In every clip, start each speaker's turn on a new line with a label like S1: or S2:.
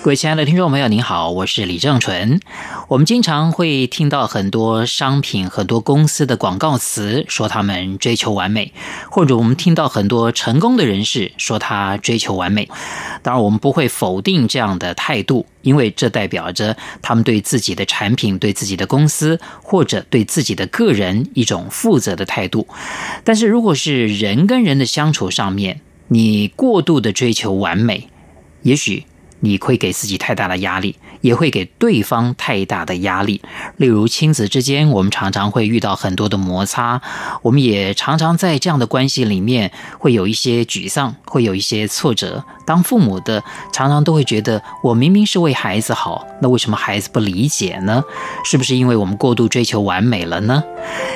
S1: 各位亲爱的听众朋友，您好，我是李正淳。我们经常会听到很多商品、很多公司的广告词，说他们追求完美，或者我们听到很多成功的人士说他追求完美。当然，我们不会否定这样的态度，因为这代表着他们对自己的产品、对自己的公司或者对自己的个人一种负责的态度。但是，如果是人跟人的相处上面，你过度的追求完美，也许你会给自己太大的压力，也会给对方太大的压力。例如亲子之间，我们常常会遇到很多的摩擦，我们也常常在这样的关系里面会有一些沮丧，会有一些挫折。当父母的常常都会觉得，我明明是为孩子好，那为什么孩子不理解呢？是不是因为我们过度追求完美了呢？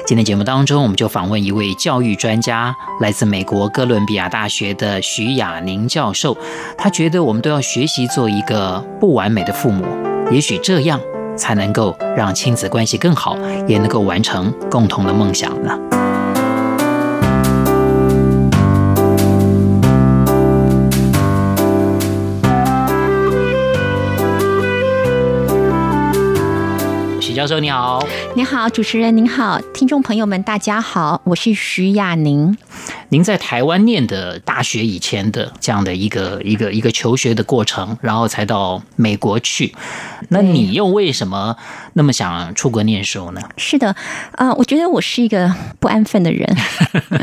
S1: 今天节目当中，我们就访问一位教育专家，来自美国哥伦比亚大学的徐雅宁教授。他觉得我们都要学习做一个不完美的父母，也许这样才能够让亲子关系更好，也能够完成共同的梦想呢。徐教授你好，
S2: 你好，主持人您好，听众朋友们大家好，我是徐雅宁。
S1: 您在台湾念的大学以前的这样的一个一个一个求学的过程，然后才到美国去，那
S2: 对
S1: 你又为什么那么想出国念书呢？
S2: 是的，呃，我觉得我是一个不安分的人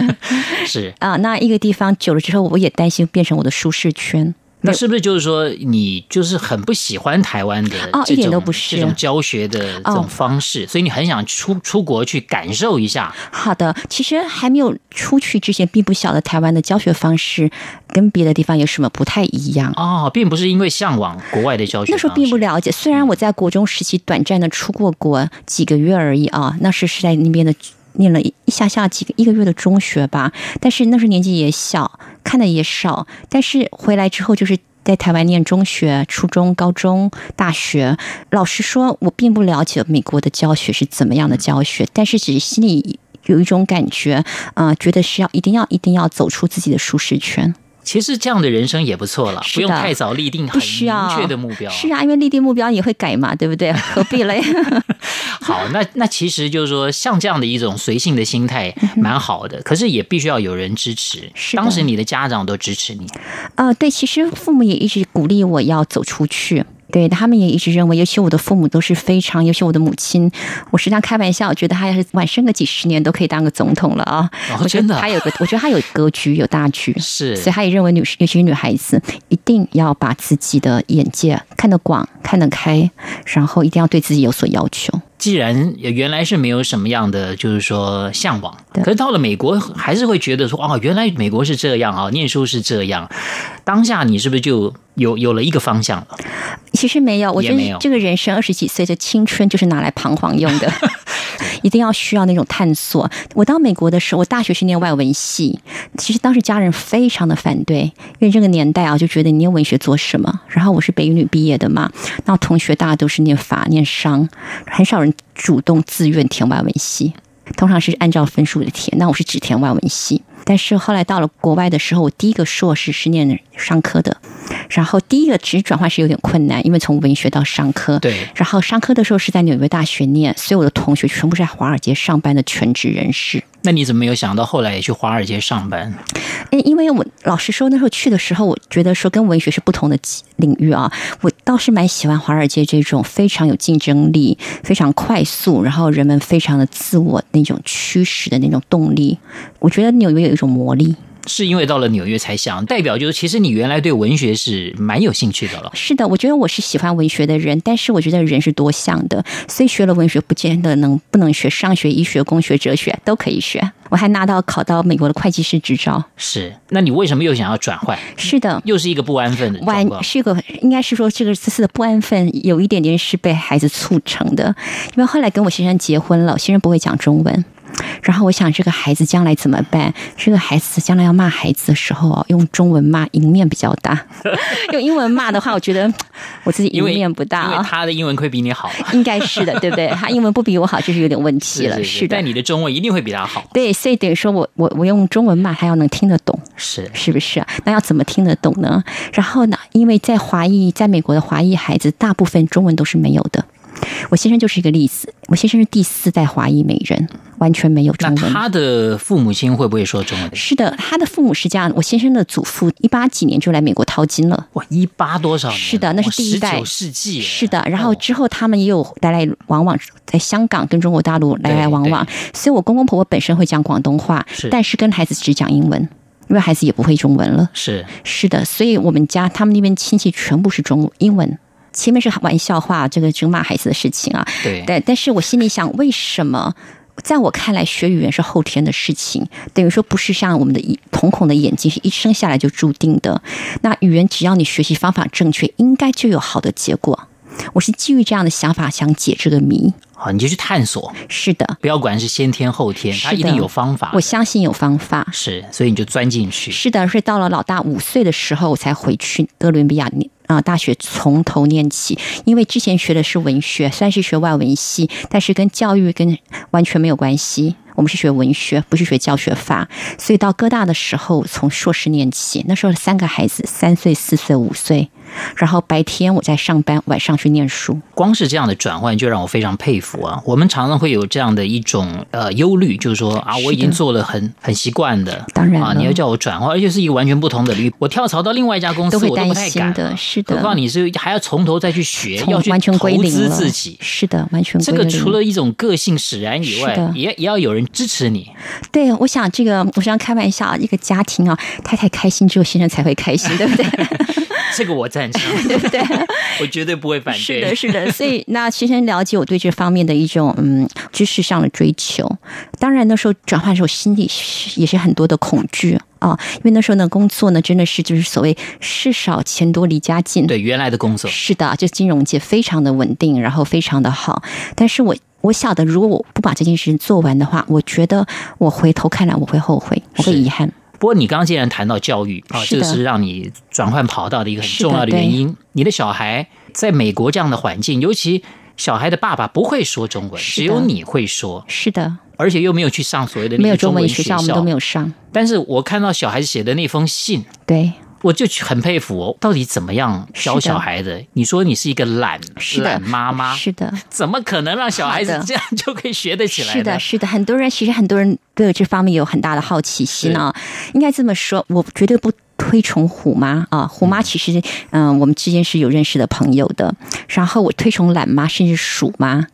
S1: 是，
S2: 啊、那一个地方久了之后，我也担心变成我的舒适圈。
S1: 那是不是就是说你就是很不喜欢台湾的
S2: 哦
S1: 这
S2: 一点
S1: 种、
S2: 都不是哦
S1: 这种教学的这种方式，所以你很想出出国去感受一下？
S2: 好的，其实还没有出去之前，并不晓得台湾的教学方式跟别的地方有什么不太一样。
S1: 哦，并不是因为向往国外的教学方
S2: 那
S1: 式，
S2: 时嗯候并不了解，虽然我在国中时期短暂的出过国几个月而已啊，那时是在那边的念了一一下下几个一个月的中学吧，但是那时候年纪也小，看的也少，但是回来之后就是。在台湾念中学、初中、高中、大学，老实说，我并不了解美国的教学是怎么样的教学，但是只是心里有一种感觉，啊，觉得是要一定要一定要走出自己的舒适圈。
S1: 其实这样的人生也不错了，不
S2: 是的
S1: 用太早立定很
S2: 不需
S1: 明
S2: 要
S1: 确的目标。
S2: 是啊，因为立定目标也会改嘛，对不对？何必嘞？
S1: 好，那那其实就是说，像这样的一种随性的心态，蛮好的。可是也必须要有人支持。
S2: 嗯是的
S1: 当时你的家长都支持你，
S2: 呃，对，其实父母也一直鼓励我要走出去。对他们也一直认为，尤其我的父母都是非常，尤其我的母亲，我时常开玩笑，我觉得她要是晚生个几十年，都可以当个总统了啊！
S1: 哦
S2: 我觉
S1: 真的
S2: 得
S1: 啊
S2: 她有个，我觉得她有格局，有大局，
S1: 是
S2: 所以她也认为女，尤其是女孩子，一定要把自己的眼界看得广、看得开，然后一定要对自己有所要求。
S1: 既然原来是没有什么样的，就是说向往，
S2: 对
S1: 可是到了美国，还是会觉得说，哦，原来美国是这样啊，念书是这样。当下你是不是就有有了一个方向了？
S2: 其实没有，我觉
S1: 也没有
S2: 得这个人生二十几岁的青春就是拿来彷徨用 的， 一定要需要那种探索。我到美国的时候，我大学是念外文系，其实当时家人非常的反对，因为这个年代啊，就觉得你念文学做什么？然后我是北语女毕业的嘛，那同学大家都是念法、念商，很少人主动自愿填外文系。通常是按照分数来填，那我是只填外文系。但是后来到了国外的时候，我第一个硕士是念商科的，然后第一个职转换是有点困难，因为从文学到商科。
S1: 对，
S2: 然后商科的时候是在纽约大学念，所以我的同学全部是在华尔街上班的全职人士。
S1: 那你怎么没有想到后来也去华尔街上班？
S2: 诶，因为我老实说，那时候去的时候，我觉得说跟文学是不同的领域啊。我倒是蛮喜欢华尔街这种非常有竞争力、非常快速，然后人们非常的自我那种驱使的那种动力。我觉得纽约有一种魔力。
S1: 是因为到了纽约才想，代表就是其实你原来对文学是蛮有兴趣的了。
S2: 是的，我觉得我是喜欢文学的人，但是我觉得人是多项的，所以学了文学不见得能不能学商学、医学、工学、哲学都可以学。我还拿到考到美国的会计师执照。
S1: 是，那你为什么又想要转换？
S2: 是的，
S1: 又是一个不安分的状
S2: 晚
S1: 况。
S2: 是个，应该是说这个这次的不安分有一点点是被孩子促成的，因为后来跟我先生结婚了，我先生不会讲中文。然后我想，这个孩子将来怎么办？这个孩子将来要骂孩子的时候哦，用中文骂赢面比较 大，用英文骂的话，我觉得我自己赢
S1: 因为
S2: 面不 大
S1: 因为
S2: 啊、
S1: 他的英文会比你好，
S2: 应该是的，对不对？他英文不比我好， 就是有点问题了，
S1: 是
S2: 的。
S1: 但你的中文一定会比他好。
S2: 对，所以等于说我我我用中文骂，他要能听得懂，
S1: 是，
S2: 是不是啊？那要怎么听得懂呢？然后呢，因为在华裔，在美国的华裔孩子，大部分中文都是没有的。我先生就是一个例子，我先生是第四代华裔美人，完全没有中
S1: 那
S2: 文。
S1: 他的父母亲会不会说中文的？
S2: 是的，他的父母是这样，我先生的祖父一八几年就来美国淘金了。
S1: 哇，一八多少年了？
S2: 是的那是第一代
S1: 十九世纪耶。
S2: 是的，然后
S1: 哦
S2: 之后他们也有来来往往，在香港跟中国大陆来来往往，所以我公公婆婆本身会讲广东话，
S1: 是
S2: 但是跟孩子只讲英文，因为孩子也不会中文了。
S1: 是
S2: 是的，所以我们家他们那边亲戚全部是中文英文。前面是玩笑话，这个这个骂孩子的事情啊，
S1: 对，
S2: 但但是我心里想，为什么？在我看来，学语言是后天的事情，等于说不是像我们的一瞳孔的眼睛是一生下来就注定的。那语言只要你学习方法正确，应该就有好的结果。我是基于这样的想法想解这个谜。
S1: 好，你就去探索，
S2: 是的，
S1: 不要管是先天后天，
S2: 是
S1: 他
S2: 的
S1: 一定有方法
S2: 我。相信有方法。
S1: 是，所以你就钻进去。
S2: 是的，是到了老大五岁的时候，我才回去哥伦比亚念啊、大学从头念起，因为之前学的是文学，虽然是学外文系，但是跟教育跟完全没有关系。我们是学文学，不是学教学法，所以到哥大的时候，从硕士念起。那时候三个孩子，三岁、四岁、五岁，然后白天我在上班，晚上去念书。
S1: 光是这样的转换就让我非常佩服啊！我们常常会有这样的一种呃忧虑，就是说啊，
S2: 是的
S1: 我已经做了很很习惯的，
S2: 当然
S1: 啊，
S2: 了
S1: 你要叫我转换，而且是一个完全不同的领域，我跳槽到另外一家公司，
S2: 都会
S1: 我都不
S2: 担
S1: 太
S2: 心
S1: 敢啊
S2: 的
S1: 了
S2: 是的
S1: 何况你是还要从头再去学，哎
S2: 从
S1: 要去
S2: 完全
S1: 投
S2: 归零
S1: 资
S2: 了
S1: 自己。
S2: 是的，完全
S1: 这
S2: 归
S1: 个
S2: 零
S1: 除了一种个性使然以
S2: 是
S1: 外
S2: 的，
S1: 也也要有人支持你。
S2: 对，我想这个，我想开玩笑，一个家庭啊，太太开心，只有先生才会开心，对不对？
S1: 这个我赞 成，
S2: 对不对？
S1: 我绝对不会反对。
S2: 是的，是的。所以那先生了解我对这方面的一种嗯知识上的追求。当然那时候转换的时候，心里是也是很多的恐惧啊，因为那时候呢工作呢真的是就是所谓事少钱多离家近。
S1: 对原来的工作
S2: 是的，就金融界非常的稳定，然后非常的好。但是我我晓得，如果我不把这件事情做完的话，我觉得我回头看来我会后悔，我会
S1: 是
S2: 遗憾。
S1: 不过你刚刚既然谈到教育啊，
S2: 是
S1: 这
S2: 的
S1: 个是让你转换跑道的一个很
S2: 是的
S1: 重要的原因。你的小孩在美国这样的环境，尤其小孩的爸爸不会说中文，
S2: 是
S1: 只
S2: 的
S1: 有你会说，
S2: 是的，
S1: 而且又没有去上所谓的那
S2: 没有
S1: 个
S2: 中
S1: 文
S2: 文
S1: 学
S2: 学校，我们都没。有上。
S1: 但是我看到小孩子写的那封信，
S2: 对，
S1: 我就很佩服哦，到底怎么样教小孩的？你说你是一个懒
S2: 是的
S1: 懒妈妈，
S2: 是的，
S1: 怎么可能让小孩
S2: 好
S1: 子
S2: 的
S1: 这样就可以学得起来
S2: 是
S1: 呢
S2: 的，？是的，很多人其实很多人对这方面有很大的好奇心啊。应该这么说，我绝对不推崇虎妈啊。虎妈其实，嗯、我们之间是有认识的朋友的。然后我推崇懒妈，甚至鼠妈。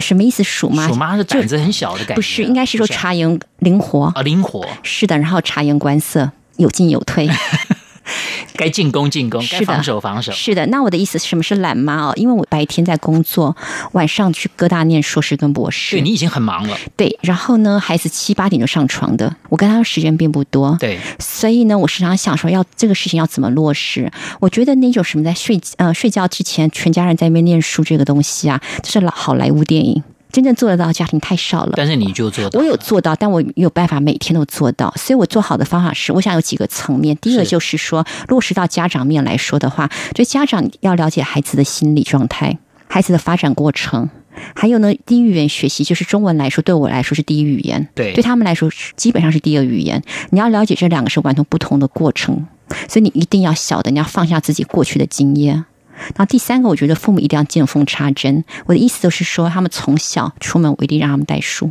S2: 什么意思？鼠妈
S1: 鼠妈是胆子很小的感觉，啊
S2: 不是，应该是说
S1: 不
S2: 察言灵活。
S1: 啊灵活，
S2: 是的，然后察言观色，有进有 退。
S1: 该进攻进攻，
S2: 是
S1: 该
S2: 的
S1: 防守防守。
S2: 是的，那我的意思，什么是懒妈啊？因为我白天在工作，晚上去哥大念硕士跟博士。
S1: 对你已经很忙了，
S2: 对，然后呢，孩子七八点就上床的，我跟他的时间并不多。
S1: 对，
S2: 所以呢，我时常想说要，这个事情要怎么落实？我觉得那种什么在睡呃睡觉之前，全家人在那边念书这个东西啊，这是老好莱坞电影，真正做得到的家庭太少了。
S1: 但是你就做到
S2: 我
S1: 了，
S2: 有做到，但我没有办法每天都做到，所以我做好的方法是，我想有几个层面。第一个
S1: 是
S2: 就是说，落实到家长面来说的话，就家长要了解孩子的心理状态、孩子的发展过程。还有呢，第一语言学习就是中文来说，对我来说是第一语言，
S1: 对
S2: 对他们来说是基本上是第二语言。你要了解这两个是完全不同的过程，所以你一定要晓得，你要放下自己过去的经验。然后第三个，我觉得父母一定要见缝插针。我的意思就是说，他们从小出门，我一定让他们带书，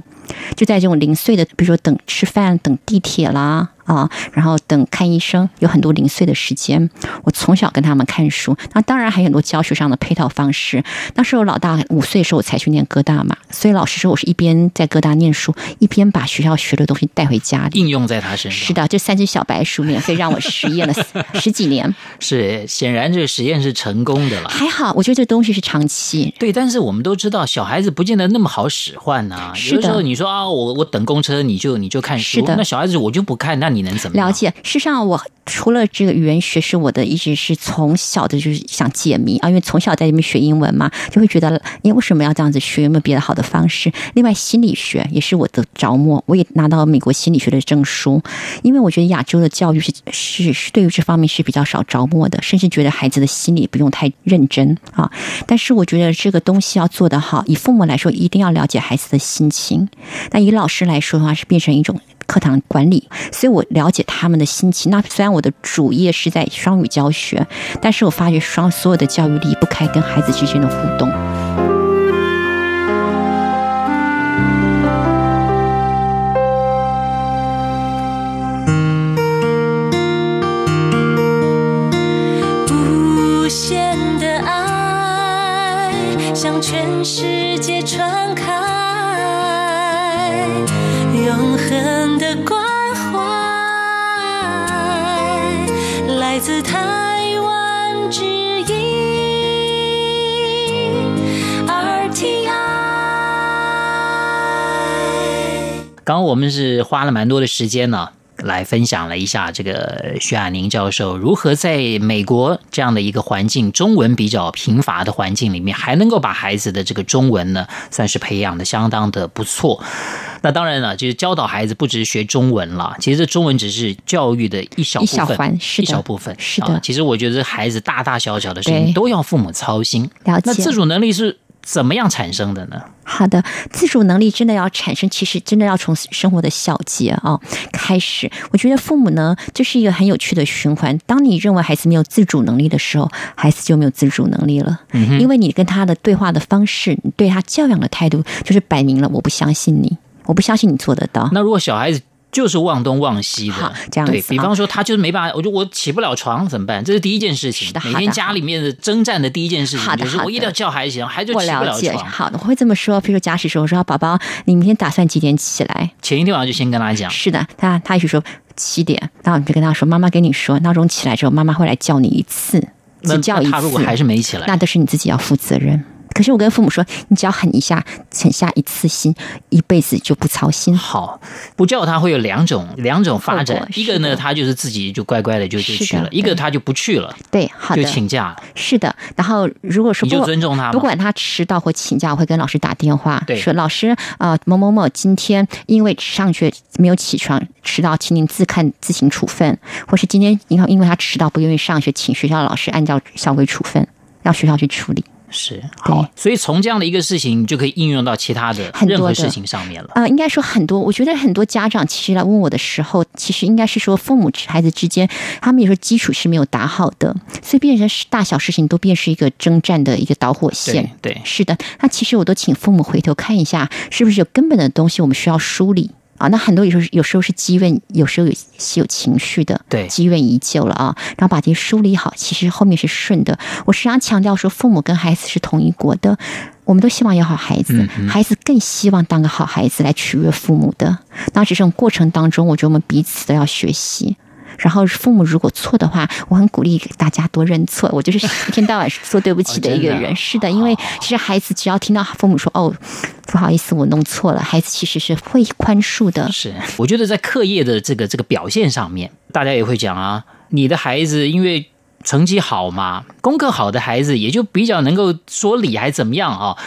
S2: 就在这种零碎的，比如说等吃饭、等地铁啦。啊，然后等看医生，有很多零碎的时间。我从小跟他们看书，那当然还有很多教学上的配套方式。那时候老大五岁的时候我才去念哥大嘛，所以老实说，我是一边在哥大念书，一边把学校学的东西带回家 里。
S1: 应用在他身上。
S2: 是的，这三只小白鼠免费让我实验了十几年，
S1: 是，显然这个实验是成功的了。
S2: 还好，我觉得这东西是长期。
S1: 对，但是我们都知道，小孩子不见得那么好使唤呐、
S2: 是
S1: 有的时
S2: 的
S1: 候你说啊，我我等公车，你就你就看书
S2: 是，的
S1: 那小孩子我就不看，那你能怎么样
S2: 了？解，事实上我除了这个语言学是我的，一直是从小的就是想解谜啊，因为从小在那边学英文嘛，就会觉得，哎，为什么要这样子学？有没有别的好的方式？另外，心理学也是我的着墨，我也拿到美国心理学的证书，因为我觉得亚洲的教育是是是对于这方面是比较少着墨的，甚至觉得孩子的心理不用太认真啊。但是我觉得这个东西要做得好，以父母来说，一定要了解孩子的心情；那以老师来说的话，是变成一种课堂管理，所以我了解他们的心情。那虽然我的主业是在双语教学，但是我发觉双所有的教育离不开跟孩子之间的互动。
S3: 无限的爱向全世界传开，永恒的关怀来自台湾之音 RTI。
S1: 刚刚我们是花了蛮多的时间呢、来分享了一下这个徐亚宁教授如何在美国这样的一个环境，中文比较贫乏的环境里面，还能够把孩子的这个中文呢，算是培养的相当的不错。那当然了，就是教导孩子不只是学中文了，其实这中文只是教育的一小部分，
S2: 一小环是
S1: 一
S2: 的
S1: 小部分。
S2: 是的
S1: 啊其实我觉得孩子大大小小的事情
S2: 对
S1: 都要父母操心。
S2: 了
S1: 那
S2: 解
S1: 自主能力是怎么样产生的呢？
S2: 好的，自主能力真的要产生，其实真的要从生活的小节啊、开始。我觉得父母呢，这是一个很有趣的循环。当你认为孩子没有自主能力的时候，孩子就没有自主能力了，因为你跟他的对话的方式，你对他教养的态度，就是摆明了我不相信你，我不相信你做得到。
S1: 那如果小孩子就是忘东忘西的
S2: 好，这样子
S1: 对比
S2: 啊
S1: 方说他就是没办法，我就我起不了床怎么办？这是第一件事情
S2: 是的。好
S1: 每
S2: 的
S1: 天家里面的征战的第一件事情
S2: 好的
S1: 就是
S2: 好
S1: 我
S2: 的
S1: 一定要叫孩子起床，孩子就
S2: 我
S1: 起不
S2: 了
S1: 了
S2: 解，
S1: 床。
S2: 好的，我会这么说。比如说假使说，我说宝宝，你明天打算几点起来？
S1: 前一天晚上就先跟他讲，
S2: 是的，他他也许说七点，那我们就跟他说，妈妈跟你说，闹钟起来之后，妈妈会来叫你一次，
S1: 那
S2: 只叫一
S1: 那
S2: 次。
S1: 他如果还是没起来，
S2: 那都是你自己要负责任。可是我跟父母说，你只要狠一下，狠下一次心，一辈子就不操心。
S1: 好，不叫他会有两种两种发
S2: 后
S1: 展
S2: 果，
S1: 一个
S2: 是
S1: 呢
S2: 的
S1: 他就是自己就乖乖的就就是去
S2: 的
S1: 了，一个
S2: 对
S1: 他就不去了，
S2: 对，好
S1: 就
S2: 的，
S1: 请假，
S2: 是的。然后如果说
S1: 你
S2: 不
S1: 就尊重他
S2: 不
S1: 嘛。
S2: 管他迟到或请假，我会跟老师打电话
S1: 对，
S2: 说老师啊、呃某某某今天因为上学没有起床迟到，请您自看自行处分，或是今天因为因为他迟到不愿意上学，请学校老师按照校规处分，让学校去处理。
S1: 是好，所以从这样的一个事情，你就可以应用到其他的
S2: 很多
S1: 任何
S2: 的
S1: 事情上面了。
S2: 呃，应该说很多，我觉得很多家长其实来问我的时候，其实应该是说父母之孩子之间，他们有时候基础是没有打好的，所以变成是大小事情都变是一个征战的一个导火
S1: 对
S2: 线。
S1: 对，
S2: 是的，那其实我都请父母回头看一下，是不是有根本的东西我们需要梳理。啊，那很多有时候有时候是积怨，有时候有是有情绪的，
S1: 对
S2: 积怨已久了啊，然后把这些梳理好，其实后面是顺的。我时常强调说，父母跟孩子是同一国的，我们都希望有好孩子，孩子更希望当个好孩子来取悦父母的。那只是过程当中，我觉得我们彼此都要学习。然后父母如果错的话，我很鼓励大家多认错。我就是 一天到晚说对不起的一个
S1: 哦真的
S2: 人。
S1: 啊
S2: 是的，因为其实孩子只要听到父母说“哦，不好意思，我弄错了”，孩子其实是会宽恕的。
S1: 是，我觉得在课业的这个这个表现上面，大家也会讲啊，你的孩子因为成绩好嘛，功课好的孩子也就比较能够说理还怎么样啊。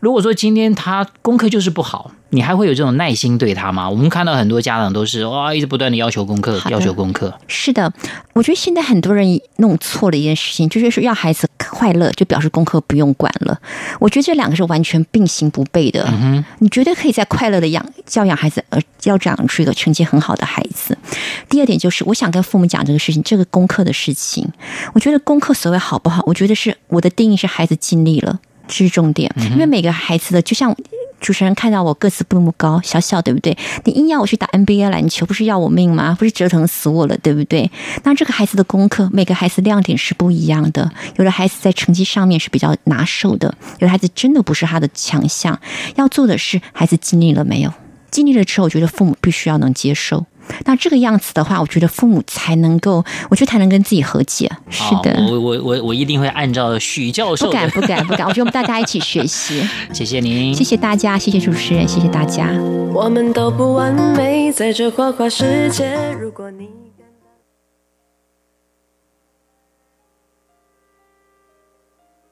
S1: 如果说今天他功课就是不好，你还会有这种耐心对他吗？我们看到很多家长都是哇，一直不断的要求功课，
S2: 好的
S1: 要求功课，啊
S2: 是的，我觉得现在很多人弄错了一件事情，就是说要孩子快乐，就表示功课不用管了。我觉得这两个是完全并行不悖的。嗯、你绝对可以在快乐的养教养孩子，而教长出一个成绩很好的孩子。第二点就是，我想跟父母讲这个事情，这个功课的事情，我觉得功课所谓好不好，我觉得是我的定义是孩子尽力了，这是重点，因为每个孩子的就像。主持人看到我个子不那么高，小小，对不对？你硬要我去打 NBA 篮球，不是要我命吗？不是折腾死我了，对不对？那这个孩子的功课，每个孩子亮点是不一样的。有的孩子在成绩上面是比较拿手的，有的孩子真的不是他的强项。要做的是，孩子尽力了没有？尽力了之后，我觉得父母必须要能接受。那这个样子的话，我觉得父母才能够，我觉得才能跟自己和解。是的，
S1: 好我我我我一定会按照许教授
S2: 不
S1: 的。
S2: 敢不敢不敢，我觉得我们大家一起学习。
S1: 谢谢您，
S2: 谢谢大家，谢谢主持人，谢谢大家。
S4: 我们都不完美，在这花花世界，如果你。